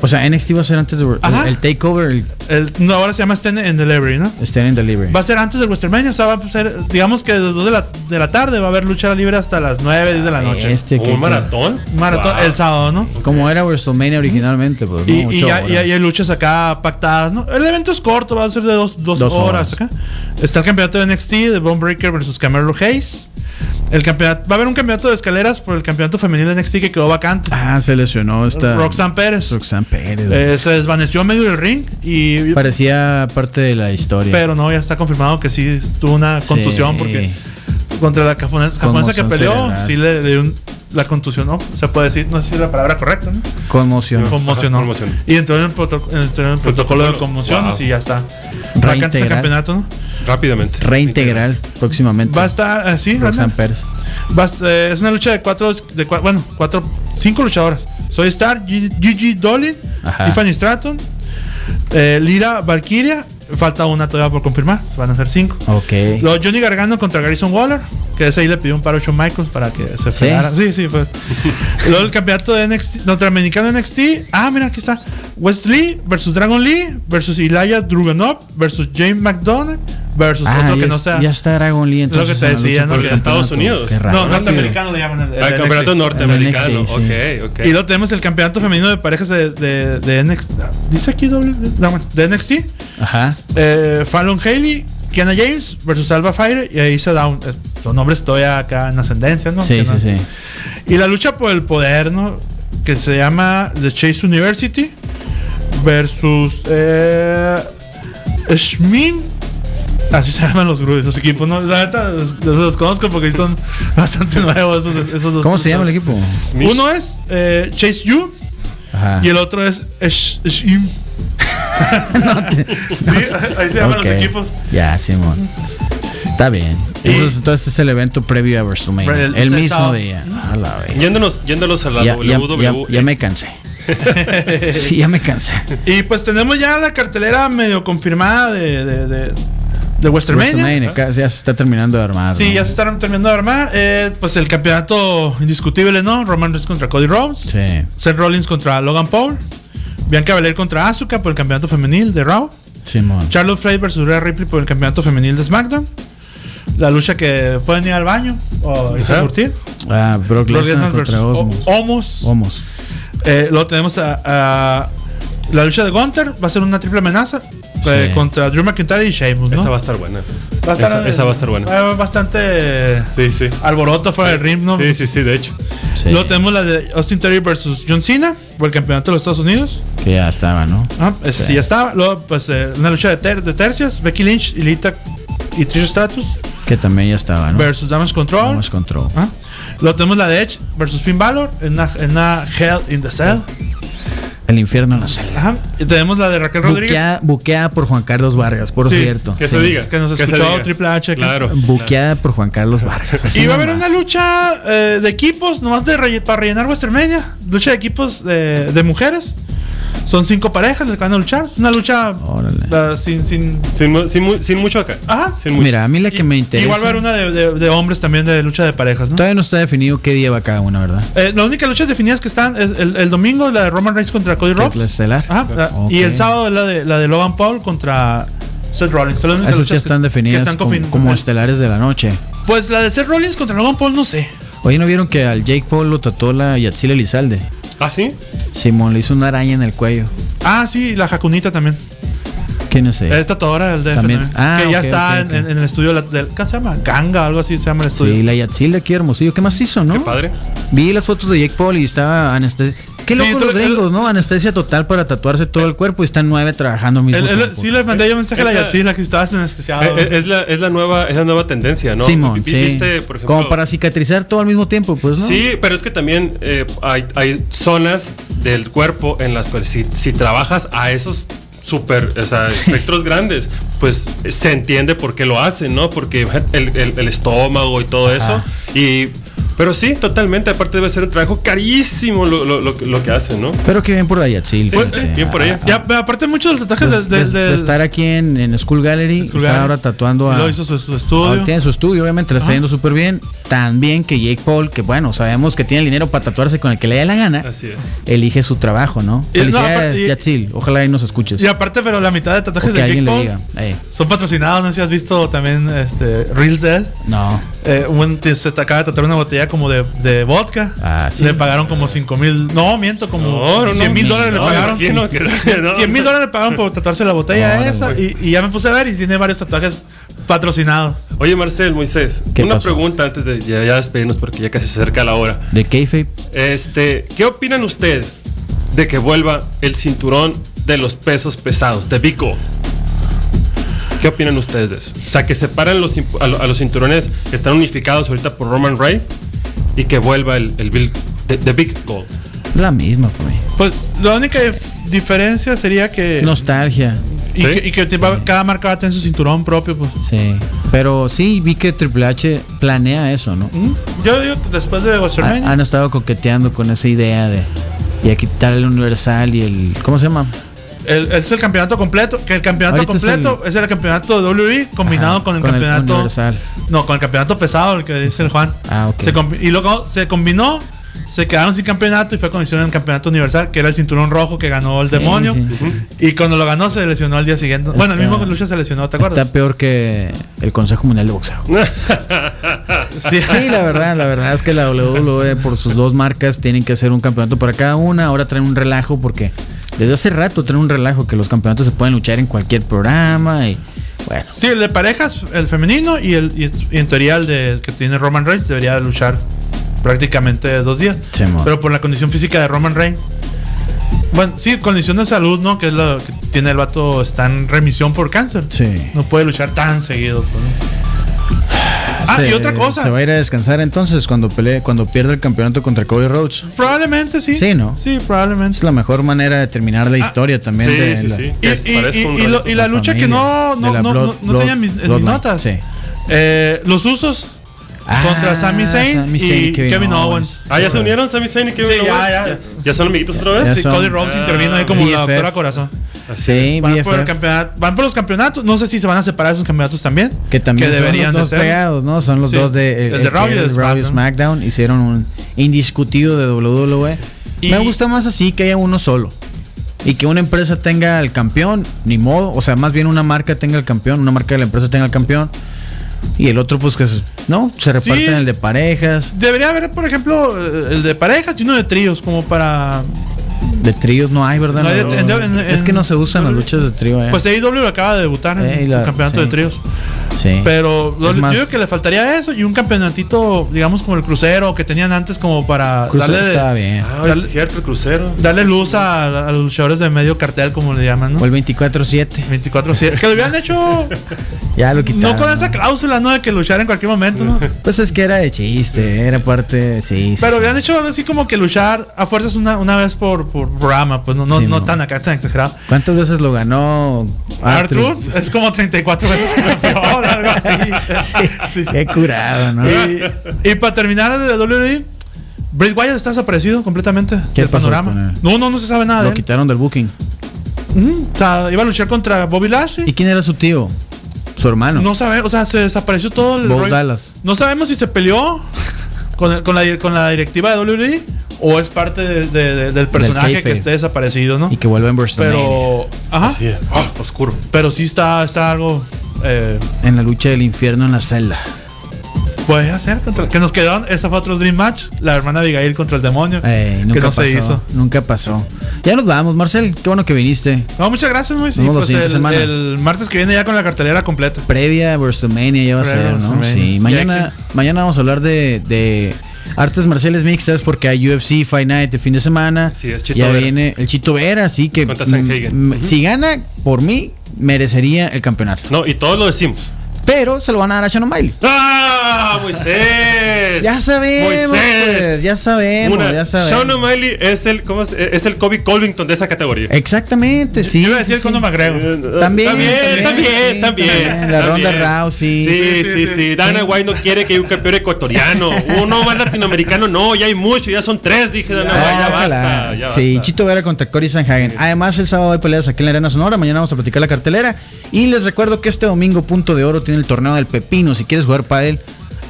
Speaker 1: O sea, NXT va a ser antes de el-
Speaker 3: Ajá.
Speaker 1: el, takeover, el
Speaker 3: El- no, ahora se llama Stand and Delivery, ¿no?
Speaker 1: Stand and Delivery.
Speaker 3: Va a ser antes de WrestleMania, o sea, va a ser, digamos que de las 2 de la, de la tarde va a haber lucha libre hasta las 9, 10 de la noche.
Speaker 1: Este que-
Speaker 2: ¿Un maratón?
Speaker 3: Maratón
Speaker 2: Wow.
Speaker 3: el sábado, ¿no?
Speaker 1: Como era WrestleMania originalmente, pues.
Speaker 3: Y,
Speaker 1: ¿no?
Speaker 3: y
Speaker 1: Ocho
Speaker 3: ya, y
Speaker 1: horas.
Speaker 3: hay luchas acá pactadas, ¿no? El evento es corto, va a ser de dos, dos
Speaker 1: Dos horas.
Speaker 3: horas, acá. Está el campeonato de NXT de Bone Breaker versus Camaro Hayes. El campeonato, va a haber un campeonato de escaleras por el campeonato femenil de NXT que quedó vacante.
Speaker 1: Ah, se lesionó esta.
Speaker 3: Roxanne Pérez.
Speaker 1: Roxanne Pérez.
Speaker 3: Eh, se desvaneció en medio del ring y
Speaker 1: Parecía parte de la historia.
Speaker 3: pero no, ya está confirmado que sí tuvo una contusión
Speaker 1: Sí.
Speaker 3: porque contra la japonesa, japonesa que
Speaker 1: Conmoción
Speaker 3: peleó,
Speaker 1: cerebral.
Speaker 3: sí le, le dio un- la contusionó, se puede decir, no sé si es la palabra correcta, ¿no?
Speaker 1: Conmocionó.
Speaker 3: Conmocionó.
Speaker 2: Ajá, conmocionó.
Speaker 3: Y entró en el, proto- entró en el protocolo de
Speaker 2: Protocolo.
Speaker 3: conmociones
Speaker 2: Wow.
Speaker 3: y ya está. Vacante ese
Speaker 1: Reintegrar.
Speaker 3: campeonato, ¿no?
Speaker 2: Rápidamente.
Speaker 1: Reintegral próximamente.
Speaker 3: Va a estar eh, así,
Speaker 1: Roxanne
Speaker 3: Ana.
Speaker 1: Pérez.
Speaker 3: Va a est- eh, es una lucha de cuatro, de cua- bueno, cuatro, cinco luchadoras. Soy Star, G- Gigi Dolin,
Speaker 1: Ajá.
Speaker 3: Tiffany Stratton, eh, Lira Valkyria. Falta una todavía por confirmar, se van a hacer cinco.
Speaker 1: Ok.
Speaker 3: Los Johnny Gargano contra Garrison Waller, que ese ahí le pidió un paro a Shawn Michaels para que se
Speaker 1: ¿Sí?
Speaker 3: fregaran. Sí, sí, fue. Luego el campeonato de NXT, norteamericano de NXT. Ah, mira, aquí está. Wesley versus Dragon Lee versus Ilya Druganov versus James McDonald versus
Speaker 1: Ah,
Speaker 3: otro
Speaker 1: ya,
Speaker 3: que no
Speaker 1: es-
Speaker 3: sea.
Speaker 1: ya está Dragon Lee entonces.
Speaker 3: te
Speaker 1: en la
Speaker 3: decía,
Speaker 1: lucha
Speaker 3: ¿no?
Speaker 1: por el
Speaker 3: que
Speaker 2: Estados
Speaker 1: campeonato.
Speaker 2: Unidos.
Speaker 1: Qué raro.
Speaker 3: no, norteamericano le llaman el, el
Speaker 2: Ah,
Speaker 3: NXT.
Speaker 2: campeonato norteamericano.
Speaker 1: NXT, sí.
Speaker 2: Ok, ok.
Speaker 3: Y luego tenemos el campeonato femenino de parejas de, de, de NXT. ¿Dice aquí doble? No, bueno, de NXT.
Speaker 1: Ajá.
Speaker 3: Eh, Fallon Haley, Kiana James versus Alba Fire y Aisa Down. Eh, Son nombres todavía acá en ascendencia, ¿no?
Speaker 1: Sí,
Speaker 3: Que
Speaker 1: sí,
Speaker 3: no-
Speaker 1: sí.
Speaker 3: Y la lucha por el poder, ¿no? Que se llama The Chase University versus eh, Schmin. Así se llaman los grupos, los equipos, ¿no? La neta, los, los conozco porque son bastante nuevos esos, esos dos.
Speaker 1: ¿Cómo se llama el equipo?
Speaker 2: Mish.
Speaker 3: Uno es eh, Chase U
Speaker 1: Ajá.
Speaker 3: y el otro es Sh- Shim. sí, ahí se llaman
Speaker 1: Ok.
Speaker 3: los equipos.
Speaker 1: Ya, Simón. Está bien.
Speaker 3: Y-
Speaker 1: Eso es- entonces es el evento previo a WrestleMania.
Speaker 3: Pero el-
Speaker 1: El,
Speaker 3: es el
Speaker 1: mismo
Speaker 3: sábado.
Speaker 1: día. A la vez.
Speaker 2: Yéndonos, yéndonos a la E,
Speaker 1: Ya, ya-
Speaker 2: WWE.
Speaker 1: ya- ya me cansé. sí, ya me cansé.
Speaker 3: Y pues tenemos ya la cartelera medio confirmada de, de, de, de Westermania.
Speaker 1: WrestleMania ca- ya se está terminando de armar.
Speaker 3: Sí,
Speaker 1: ¿no?
Speaker 3: ya se están terminando de armar. Eh, pues el campeonato indiscutible, ¿no? Roman Reigns contra Cody Rhodes.
Speaker 1: Sí.
Speaker 3: Seth Rollins contra Logan Paul. Bianca Belair contra Asuka por el campeonato femenil de Raw.
Speaker 1: Simón.
Speaker 3: Charlotte Flair versus Rhea Ripley por el campeonato femenil de SmackDown. La lucha que pueden ir al baño o irse a
Speaker 2: Ajá.
Speaker 3: curtir.
Speaker 1: Ah, Brock
Speaker 3: Brock
Speaker 1: Lesnar
Speaker 3: Lesnar versus
Speaker 1: contra Osmo.
Speaker 3: O- Omos.
Speaker 1: Omos.
Speaker 3: Eh, luego tenemos a, a la lucha de Gunter. Va a ser una triple amenaza eh,
Speaker 1: Sí.
Speaker 3: contra Drew McIntyre y Sheamus, ¿no?
Speaker 2: Esa va a estar buena.
Speaker 3: Va a estar-
Speaker 2: esa, esa va a estar buena.
Speaker 3: eh, Bastante
Speaker 2: Sí, sí.
Speaker 3: alboroto fuera del ring, ¿no?
Speaker 2: Sí, sí, sí, de hecho.
Speaker 1: Sí,
Speaker 3: Luego tenemos la de Austin Theory versus John Cena por el campeonato de los Estados Unidos.
Speaker 1: que ya estaba, ¿no?
Speaker 3: Ah, ese sí ya estaba. Luego, pues, eh, una lucha de, ter- de tercias. Becky Lynch y Lita y Trish Stratus
Speaker 1: Que también ya estaba, ¿no?
Speaker 3: versus Damage Control.
Speaker 1: Omos control.
Speaker 3: Ah. Luego tenemos la de Edge versus Finn Balor en una, en una Hell in the Cell.
Speaker 1: El infierno en la celda.
Speaker 3: Ajá. Y tenemos la de Raquel Rodríguez.
Speaker 1: Buqueada, buqueada por Juan Carlos Vargas, por
Speaker 3: Sí,
Speaker 1: cierto.
Speaker 2: Que
Speaker 1: Sí.
Speaker 2: se diga.
Speaker 3: Que nos
Speaker 2: se
Speaker 3: escuchó
Speaker 2: diga.
Speaker 3: Triple H acá.
Speaker 2: Claro.
Speaker 1: Buqueada por Juan Carlos Vargas. así
Speaker 3: Y va a haber
Speaker 1: nomás.
Speaker 3: una lucha eh, de equipos, nomás de relle- para rellenar WrestleMania. Lucha de equipos eh, de mujeres. Son cinco parejas las que van a luchar. Es Una lucha
Speaker 1: Órale.
Speaker 3: eh, sin, sin.
Speaker 2: Sin, mu- sin, mu- sin mucho acá.
Speaker 3: Ajá.
Speaker 2: Sin mucho.
Speaker 1: Mira, a mí la que me interesa.
Speaker 3: Igual va a haber una de, de- de hombres también de lucha de parejas, ¿no?
Speaker 1: Todavía no está definido qué día va cada una, ¿verdad?
Speaker 3: Eh, la única lucha definida es que están es el, el domingo la de Roman Reigns contra Cody
Speaker 1: Que Es la
Speaker 3: Rhodes.
Speaker 1: estelar.
Speaker 3: Ajá, la- Y
Speaker 1: Ok.
Speaker 3: el sábado es la de, la de Logan Paul contra Seth Rollins. Son las únicas
Speaker 1: Esas
Speaker 3: luchas
Speaker 1: ya están
Speaker 3: que-
Speaker 1: definidas
Speaker 3: que están
Speaker 1: como, este.
Speaker 3: confin-
Speaker 1: como estelares de la noche.
Speaker 3: Pues la de Seth Rollins contra Logan Paul, no sé.
Speaker 1: Oye, ¿no vieron que al Jake Paul lo trató la Yatzil Elizalde?
Speaker 2: ¿Ah, sí?
Speaker 1: Simón le hizo una araña en el cuello.
Speaker 3: Ah, sí, la Jacunita también.
Speaker 1: ¿Quién es ella?
Speaker 3: Es tatuadora del DF
Speaker 1: También.
Speaker 3: también.
Speaker 1: Ah,
Speaker 3: que ya
Speaker 1: ok,
Speaker 3: está
Speaker 1: ok,
Speaker 3: en-
Speaker 1: ok.
Speaker 3: En, en el estudio la- del. ¿Qué se llama? Ganga, algo así se llama el estudio.
Speaker 1: Sí, la Yatzil de aquí, hermosillo. ¿Qué más hizo, no?
Speaker 2: Qué padre.
Speaker 1: Vi las fotos de Jake Paul y estaba anestesia. Qué
Speaker 3: Sí,
Speaker 1: loco
Speaker 3: tú-
Speaker 1: los gringos, ¿no? Anestesia total para tatuarse todo el cuerpo y están nueve trabajando al mismo
Speaker 3: El- el-
Speaker 1: tiempo.
Speaker 3: sí, le mandé yo un mensaje a la
Speaker 2: Esta-
Speaker 3: Yatsila que estabas anestesiado.
Speaker 2: Eh, eh, Es, la, es, la nueva, es la nueva tendencia, ¿no?
Speaker 1: Ah. Simón,
Speaker 2: Vi-
Speaker 1: sí.
Speaker 2: Viste, por ejemplo,
Speaker 1: Como para cicatrizar todo al mismo tiempo, pues, ¿no?
Speaker 2: Sí, pero es que también eh, hay, hay zonas del cuerpo en las cuales si, si trabajas a esos super, o sea, espectros grandes, pues eh, se entiende por qué lo hacen, ¿no? Porque el, el- el estómago y todo eso.
Speaker 1: Ajá.
Speaker 2: Y, pero sí, totalmente. Aparte debe ser un trabajo carísimo lo, lo- lo que- lo que hacen, ¿no? Pues,
Speaker 1: Pero que bien por la Yatzil.
Speaker 2: Sí,
Speaker 1: fíjate.
Speaker 2: sí, bien por ella.
Speaker 3: ya, pero aparte, muchos de los tatuajes
Speaker 1: de,
Speaker 3: de, de-
Speaker 1: de
Speaker 3: de-
Speaker 1: estar aquí en, en School Gallery, está
Speaker 3: School Gallery.
Speaker 1: ahora tatuando a.
Speaker 3: Lo hizo su, su
Speaker 1: ahora
Speaker 3: estudio.
Speaker 1: tiene su estudio, obviamente, la está yendo súper bien. Tan bien que Jake Paul, que bueno, sabemos que tiene el dinero para tatuarse con el que le dé la gana,
Speaker 2: Así es.
Speaker 1: elige su trabajo, ¿no?
Speaker 3: Y- Eh, no,
Speaker 1: Felicidades,
Speaker 3: aparte- y-
Speaker 1: Yatzil. Ojalá y nos escuches.
Speaker 3: Y aparte, pero la mitad de
Speaker 1: o
Speaker 3: tatuajes
Speaker 1: que
Speaker 3: de Jake
Speaker 1: alguien le
Speaker 3: Paul
Speaker 1: diga. eh,
Speaker 3: son patrocinados. No sé si has visto también este, Reels de él.
Speaker 1: no.
Speaker 3: Eh, un, te- se te acaba de tatuar una botella como de, de vodka.
Speaker 1: Ah, sí.
Speaker 3: Le pagaron como 5 mil. No, miento, como
Speaker 2: No, no, no,
Speaker 3: 100 mil
Speaker 2: ni-
Speaker 3: dólares
Speaker 2: no,
Speaker 3: le
Speaker 2: me
Speaker 3: pagaron.
Speaker 2: imagino que no.
Speaker 3: 100 mil dólares le pagaron por tatuarse la botella
Speaker 1: Órale,
Speaker 3: esa. Y, y ya me puse a ver y tiene varios tatuajes patrocinados.
Speaker 2: Oye, Marcel, Moisés,
Speaker 1: ¿Qué
Speaker 2: una
Speaker 1: pasó?
Speaker 2: pregunta antes de ya, ya despedirnos porque ya casi se acerca la hora.
Speaker 1: De Kayfabe.
Speaker 2: Este, ¿qué opinan ustedes de que vuelva el cinturón de los pesos pesados, de Bico? ¿Qué opinan ustedes de eso? O sea, que separan los, imp- a, lo- a los cinturones que están unificados ahorita por Roman Reigns y que vuelva el, el Bill- de, de Big Gold.
Speaker 1: La misma, pues.
Speaker 3: Pues la única dif- diferencia sería que.
Speaker 1: Nostalgia.
Speaker 3: y,
Speaker 2: ¿Sí?
Speaker 3: que, y que te va- cada marca va a tener su cinturón propio. Pues.
Speaker 1: Sí. Pero sí vi que Triple H planea eso, ¿no?
Speaker 3: ¿Mm? Yo digo que después de
Speaker 1: Ha-
Speaker 3: WrestleMania.
Speaker 1: han estado coqueteando con esa idea de. Y a quitar el universal y el. ¿Cómo se llama?
Speaker 3: el- es el campeonato completo. Que el campeonato
Speaker 1: Ahorita es
Speaker 3: completo es el, campeonato de WWE combinado
Speaker 1: Ajá,
Speaker 3: con el
Speaker 1: con el
Speaker 3: campeonato.
Speaker 1: universal.
Speaker 3: No, con el campeonato pesado, el que dice el Juan.
Speaker 1: Ah, ok.
Speaker 3: Se combi- y luego se combinó. Se quedaron sin campeonato y fue cuando hicieron el campeonato universal, que era el cinturón rojo que ganó el demonio.
Speaker 1: sí,
Speaker 3: Y cuando lo ganó, se lesionó al día siguiente. bueno, el
Speaker 1: Está-
Speaker 3: mismo lucha se lesionó, ¿te
Speaker 1: Está
Speaker 3: acuerdas?
Speaker 1: peor que el Consejo Mundial de Boxeo.
Speaker 3: Sí,
Speaker 1: Sí, la verdad, la verdad es que la WWE por sus dos marcas tienen que hacer un campeonato para cada una. Ahora traen un relajo porque desde hace rato traen un relajo que los campeonatos se pueden luchar en cualquier programa y bueno.
Speaker 3: Sí, el de parejas, el femenino y el y, y en teoría el de, que tiene Roman Reigns debería luchar prácticamente dos días.
Speaker 1: Sí, mo.
Speaker 3: pero por la condición física de Roman Reigns. Bueno, sí, condición de salud, ¿no? Que es lo que tiene el vato, está en remisión por cáncer.
Speaker 1: Sí.
Speaker 3: No puede luchar tan seguido. pues, ¿no? Ah,
Speaker 1: Se-
Speaker 3: y otra
Speaker 1: Se
Speaker 3: cosa.
Speaker 1: va a ir a descansar entonces cuando pelee, cuando pierda el campeonato contra Cody Rhodes.
Speaker 3: Probablemente sí.
Speaker 1: Sí, ¿no?
Speaker 3: Sí, probablemente.
Speaker 1: Es la mejor manera de terminar
Speaker 3: Ah,
Speaker 1: la historia también.
Speaker 2: sí,
Speaker 1: de
Speaker 2: sí,
Speaker 1: la-
Speaker 2: sí.
Speaker 3: Y,
Speaker 2: Que
Speaker 3: y-
Speaker 2: parezca
Speaker 3: y-
Speaker 2: un
Speaker 3: y lo- y
Speaker 2: reality.
Speaker 3: la
Speaker 1: la
Speaker 3: lucha que
Speaker 1: familia,
Speaker 3: no, no,
Speaker 1: de la
Speaker 3: no,
Speaker 1: Blood-
Speaker 3: no- no tenía
Speaker 1: Blood-
Speaker 3: mis, en mis
Speaker 1: Bloodline,
Speaker 3: notas.
Speaker 1: sí.
Speaker 3: Eh, los usos contra
Speaker 1: Ah,
Speaker 3: Sami Zayn,
Speaker 1: Sami
Speaker 3: y Kevin, Owens.
Speaker 2: Ah, ya se unieron Sami Zayn y Kevin
Speaker 3: Sí,
Speaker 2: Owens?
Speaker 3: ya, ya.
Speaker 2: ¿Ya son amiguitos otra
Speaker 1: Ya
Speaker 2: vez.
Speaker 3: Sí,
Speaker 1: son-
Speaker 3: Cody Rhodes
Speaker 2: Ah,
Speaker 3: intervino ahí como la
Speaker 1: BFF.
Speaker 3: doctora corazón.
Speaker 1: Sí,
Speaker 3: Van por, el
Speaker 1: BFF,
Speaker 3: campeonato- van por los campeonatos. No sé si se van a separar esos campeonatos también.
Speaker 1: Que también
Speaker 3: deberían
Speaker 1: son
Speaker 3: de
Speaker 1: los dos
Speaker 3: ser.
Speaker 1: pegados, ¿no? Son los
Speaker 3: Sí,
Speaker 1: dos de...
Speaker 3: el de
Speaker 1: que
Speaker 3: Raw y
Speaker 1: era
Speaker 3: el
Speaker 1: Raw y
Speaker 3: SmackDown.
Speaker 1: SmackDown. Hicieron un indiscutido de WWE.
Speaker 3: Y-
Speaker 1: Me gusta más así que haya uno solo. Y que una empresa tenga el campeón, ni modo. O sea, más bien una marca tenga el campeón, una marca de la empresa tenga el campeón. Y el otro, pues que se- no, se reparten el de parejas,
Speaker 3: Debería haber, por ejemplo, eh, el de parejas y uno de tríos, como para.
Speaker 1: de tríos no hay, ¿verdad?
Speaker 3: No hay
Speaker 1: No,
Speaker 3: de- en- en-
Speaker 1: es que no se usan las luchas de trío. eh.
Speaker 3: Pues AEW acaba de debutar en
Speaker 1: Eh, y
Speaker 3: el
Speaker 1: la-
Speaker 3: campeonato
Speaker 1: sí.
Speaker 3: de tríos.
Speaker 1: sí.
Speaker 3: Pero lo-
Speaker 1: Es
Speaker 3: yo
Speaker 1: más-
Speaker 3: creo que le faltaría eso y un campeonatito, digamos, como el crucero que tenían antes, como para
Speaker 1: Cruz
Speaker 3: darle,
Speaker 1: está bien.
Speaker 2: Ah, es cierto, el crucero.
Speaker 3: darle luz a, a los luchadores de medio cartel, como le llaman,
Speaker 1: O
Speaker 3: ¿no?
Speaker 1: el 24-7.
Speaker 3: 24-7. Que lo hubieran hecho
Speaker 1: Ya lo quitaron.
Speaker 3: no con
Speaker 1: ¿no?
Speaker 3: esa cláusula, ¿no? De que luchar en cualquier momento, ¿no?
Speaker 1: Pues es que era de chiste, era parte. Sí, sí,
Speaker 3: Pero
Speaker 1: sí.
Speaker 3: habían hecho algo así como que luchar a fuerzas una, una vez por, por programa, pues no, no,
Speaker 1: Sí,
Speaker 3: no
Speaker 1: mo.
Speaker 3: tan acá, tan exagerado.
Speaker 1: ¿Cuántas veces lo ganó Ah,
Speaker 3: Arthur es como 34 veces campeón, algo así.
Speaker 1: Sí,
Speaker 3: Sí.
Speaker 1: Qué curado, ¿no?
Speaker 3: Y, y para terminar de WWE, Bray Wyatt está desaparecido completamente
Speaker 1: ¿Qué
Speaker 3: del
Speaker 1: pasó
Speaker 3: panorama.
Speaker 1: con
Speaker 3: No, no, no se sabe nada de
Speaker 1: Lo
Speaker 3: él.
Speaker 1: quitaron del booking.
Speaker 3: Ujú, o sea, iba a luchar contra Bobby
Speaker 1: ¿Y
Speaker 3: Lashley.
Speaker 1: quién era su tío? Su hermano.
Speaker 3: No sabemos, o sea, se desapareció todo el
Speaker 1: Bo
Speaker 3: rollo.
Speaker 1: Dallas.
Speaker 3: No sabemos si se peleó con, el- con, la, con la directiva de WWE o es parte de- de- de- del personaje que
Speaker 1: kayfabe.
Speaker 3: esté desaparecido, ¿no?
Speaker 1: Y que vuelve en WrestleMania.
Speaker 3: Pero. Ajá.
Speaker 2: Sí, ah, oscuro.
Speaker 3: Pero sí está, está algo. Eh,
Speaker 1: En la lucha del infierno en la celda.
Speaker 3: puede hacer contra. Que nos quedaron. Esa fue otro Dream Match. La hermana Abigail contra el demonio.
Speaker 1: Ey, Eh, nunca
Speaker 3: que no
Speaker 1: pasó.
Speaker 3: se hizo.
Speaker 1: Nunca pasó. Ya nos vamos, Marcel. Qué bueno que viniste.
Speaker 3: No, muchas gracias, Luis. Y
Speaker 1: Nos vemos la
Speaker 3: pues
Speaker 1: siguiente
Speaker 3: el,
Speaker 1: semana.
Speaker 3: el martes que viene ya con la cartelera completa.
Speaker 1: Previa a WrestleMania ya va a
Speaker 3: Previa a
Speaker 1: ser, ¿no?
Speaker 3: WrestleMania.
Speaker 1: Sí.
Speaker 3: Ya
Speaker 1: Mañana, mañana vamos a hablar de, de artes marciales mixtas porque hay UFC Fight Night el fin de semana.
Speaker 2: Sí, es Chito
Speaker 1: Ya
Speaker 2: Vera.
Speaker 1: viene el Chito Vera, así que
Speaker 2: Contra Sanhagen.
Speaker 1: mm, mm, si gana, por mí, merecería el campeonato.
Speaker 2: No, y todos lo decimos.
Speaker 1: Pero se lo van a dar a Shannon Miley.
Speaker 2: ¡Ah, Moisés!
Speaker 1: Ya sabemos,
Speaker 2: ¡Moisés!
Speaker 1: pues, ya sabemos,
Speaker 2: Una,
Speaker 1: ya
Speaker 2: Sean
Speaker 1: sabemos.
Speaker 2: O'Malley es el, ¿cómo es? es el Kobe Colvington de esa categoría.
Speaker 1: Exactamente, sí.
Speaker 3: Yo iba a
Speaker 1: sí,
Speaker 3: decir
Speaker 1: sí.
Speaker 3: Conor McGregor.
Speaker 1: Eh, También,
Speaker 2: también,
Speaker 1: también,
Speaker 2: también,
Speaker 1: sí,
Speaker 2: también,
Speaker 1: también. La
Speaker 2: también.
Speaker 1: Ronda Rousey.
Speaker 2: Sí, sí, sí.
Speaker 3: sí.
Speaker 2: Dana White no quiere que haya un campeón ecuatoriano. Uno más latinoamericano, no, ya hay mucho, ya son tres, dije Dana
Speaker 1: Ah,
Speaker 2: White, ya
Speaker 1: ojalá.
Speaker 2: basta. Ya
Speaker 1: sí,
Speaker 2: basta.
Speaker 1: Chito Vera contra Cory Sanhagen. Además, el sábado hay peleas aquí en la Arena Sonora. Mañana vamos a platicar la cartelera. Y les recuerdo que este domingo, Punto de Oro, tiene el torneo del Pepino. Si quieres jugar para él,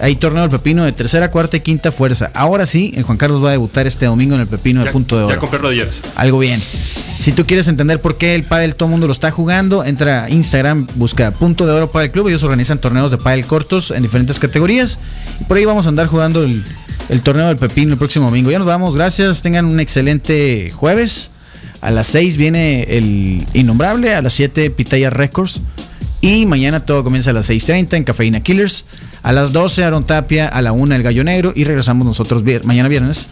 Speaker 1: hay torneo del Pepino de tercera, cuarta y quinta fuerza. Ahora sí, el Juan Carlos va a debutar este domingo en el Pepino de
Speaker 2: Ya-
Speaker 1: Punto de
Speaker 2: Ya
Speaker 1: Oro.
Speaker 2: compré rodilleras.
Speaker 1: algo bien. Si tú quieres entender por qué el pádel todo el mundo lo está jugando, entra a Instagram, busca Punto de Oro Padel Club. Ellos organizan torneos de pádel cortos en diferentes categorías. Y por ahí vamos a andar jugando el, el torneo del Pepín el próximo domingo. Ya nos vamos, gracias. Tengan un excelente jueves. A las 6 viene el Innombrable, a las 7 Pitaya Records. Y mañana todo comienza a las 6.30 en Cafeína Killers. A las 12 Aaron Tapia, a la 1 El Gallo Negro. Y regresamos nosotros vier- mañana viernes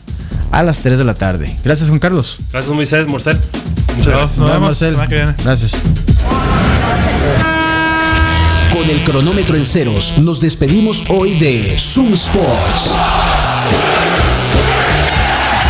Speaker 1: a las 3 de la tarde. Gracias, Juan Carlos.
Speaker 2: Gracias, Moisés, Morcel. Muchas gracias.
Speaker 3: Nos vemos
Speaker 1: Marcel.
Speaker 3: la semana que viene.
Speaker 1: Gracias.
Speaker 4: Con el cronómetro en ceros, nos despedimos hoy de Zoom Sports.